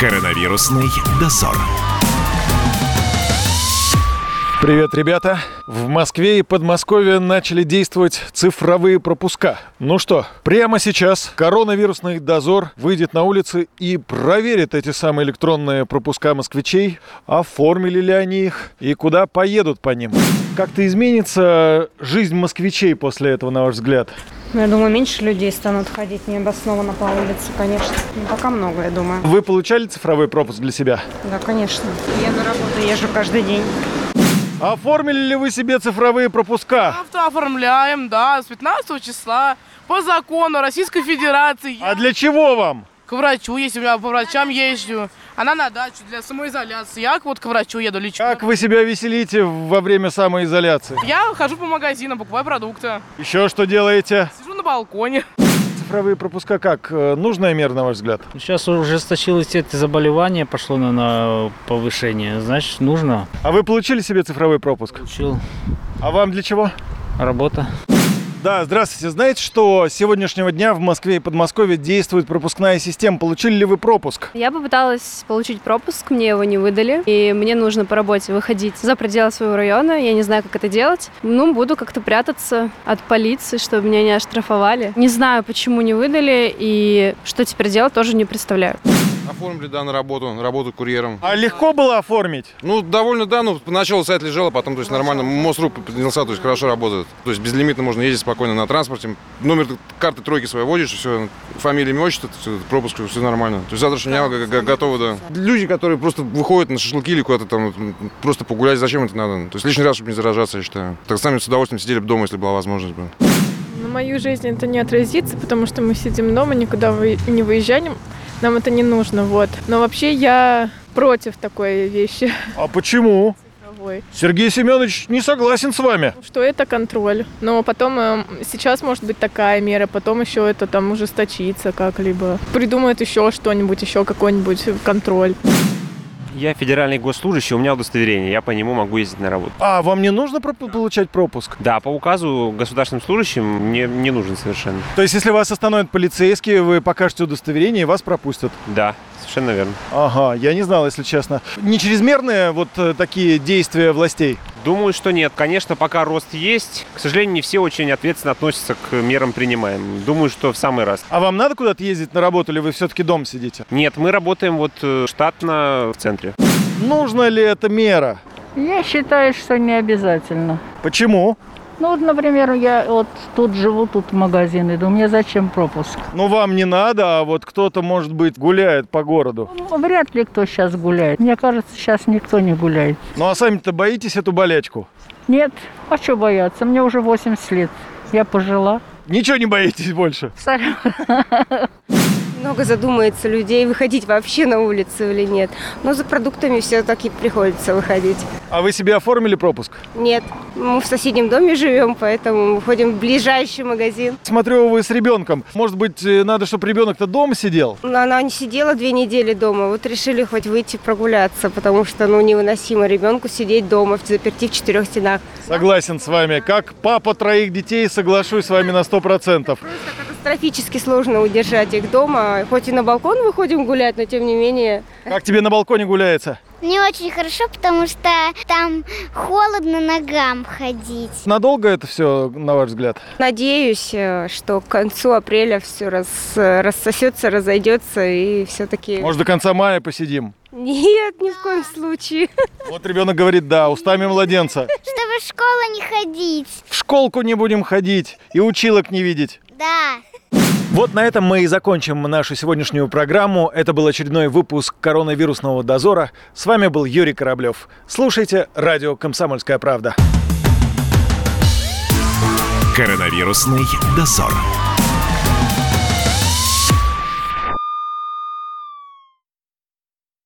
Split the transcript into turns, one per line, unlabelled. Коронавирусный дозор.
Привет, ребята! В Москве и Подмосковье начали действовать цифровые пропуска. Ну что, прямо сейчас коронавирусный дозор выйдет на улицы и проверит эти самые электронные пропуска москвичей, оформили ли они их и куда поедут по ним. Как-то изменится жизнь москвичей после этого, на ваш взгляд?
Ну, я думаю, меньше людей станут ходить необоснованно по улице, конечно. Ну, пока много, я думаю.
Вы получали цифровой пропуск для себя?
Да, конечно. Я на работу езжу каждый день.
Оформили ли вы себе цифровые пропуска?
Автооформляем, да, с 15 числа по закону Российской Федерации.
А для чего вам?
К врачу, если у меня по врачам езжу. Она на дачу для самоизоляции. Я вот к врачу еду лечу.
Как вы себя веселите во время самоизоляции?
Я хожу по магазинам, покупаю продукты.
Еще что делаете?
Сижу на балконе.
Цифровые пропуска как? э, Нужная мера, на ваш взгляд?
Сейчас Ну, ужесточилось это заболевание, пошло на, на повышение. Значит, нужно.
А вы получили себе цифровой пропуск?
Учил.
А вам для чего?
Работа.
Да, здравствуйте. Знаете, что с сегодняшнего дня в Москве и Подмосковье действует пропускная система? Получили ли вы пропуск?
Я попыталась получить пропуск, мне его не выдали, и мне нужно по работе выходить за пределы своего района, я не знаю, как это делать. Ну, буду как-то прятаться от полиции, чтобы меня не оштрафовали. Не знаю, почему не выдали, и что теперь делать, тоже не представляю.
Оформили, да, на работу, на работу курьером.
А легко было оформить?
Ну, довольно, да, ну, поначалу сайт лежал, а потом, то есть, нормально, Мосру поднялся, то есть, хорошо работает. То есть, безлимитно можно ездить спокойно на транспорте. Номер карты тройки своей вводишь, все, фамилия, имя, отчество, всё, пропуск, все нормально. То есть, завтрашнего дня г- г- готово, да. Люди, которые просто выходят на шашлыки или куда-то там, вот, м, просто погулять, зачем это надо? То есть, лишний раз, чтобы не заражаться, я считаю. Так сами с удовольствием сидели бы дома, если была возможность бы.
На мою жизнь это не отразится, потому что мы сидим дома, никуда вы- не выезжаем. Нам это не нужно, вот. Но вообще я против такой вещи.
А почему?
правовой.
Сергей Семенович не согласен с вами.
Что это контроль. Но потом эм, сейчас может быть такая мера, потом еще это там ужесточится как-либо. Придумают еще что-нибудь, еще какой-нибудь контроль.
Я федеральный госслужащий, у меня удостоверение, я по нему могу ездить на работу.
А вам не нужно пропу- получать пропуск?
Да, по указу государственным служащим мне не нужен совершенно.
То есть, если вас остановят полицейские, вы покажете удостоверение и вас пропустят?
Да, совершенно верно.
Ага, я не знал, если честно. Не чрезмерные вот э, такие действия властей?
Думаю, что нет. Конечно, пока рост есть, к сожалению, не все очень ответственно относятся к мерам принимаемым. Думаю, что в самый раз.
А вам надо куда-то ездить на работу или вы все-таки дома сидите?
Нет, мы работаем вот э, штатно в центре.
Нужна ли эта мера?
Я считаю, что не обязательно.
Почему?
Ну вот, например, я вот тут живу, тут магазин иду, мне зачем пропуск?
Ну, вам не надо, а вот кто-то, может быть, гуляет по городу.
Ну, Вряд ли кто сейчас гуляет. Мне кажется, сейчас никто не гуляет.
Ну, а сами-то боитесь эту болячку?
Нет, а что бояться? Мне уже 80 лет. Я пожила.
Ничего не боитесь больше?
Много задумается людей, выходить вообще на улицу или нет. Но за продуктами все-таки приходится выходить.
А вы себе оформили пропуск?
Нет, мы в соседнем доме живем, поэтому уходим в ближайший магазин.
Смотрю, вы с ребенком. Может быть, э, надо, чтобы ребенок-то дома сидел?
Но она не сидела две недели дома, вот решили хоть выйти прогуляться, потому что ну невыносимо ребенку сидеть дома, в заперти в четырех стенах.
Согласен с вами. Как папа троих детей, соглашусь с вами на 100%.
Катастрофически сложно удержать их дома. Хоть и на балкон выходим гулять, но тем не менее
Как тебе на балконе гуляется?
Не очень хорошо, потому что там холодно ногам ходить.
Надолго это все, на ваш взгляд?
надеюсь, э, что к концу апреля все раз, рассосется, разойдется и все-таки...
Может, до конца мая посидим?
Нет, ни в коем случае.
Вот ребенок говорит, да, устами младенца.
Чтобы в школу не ходить.
В школку не будем ходить и училок не видеть.
Да.
Вот на этом мы и закончим нашу сегодняшнюю программу. Это был очередной выпуск коронавирусного дозора. С вами был Юрий Кораблев. Слушайте радио «Комсомольская правда».
Коронавирусный дозор.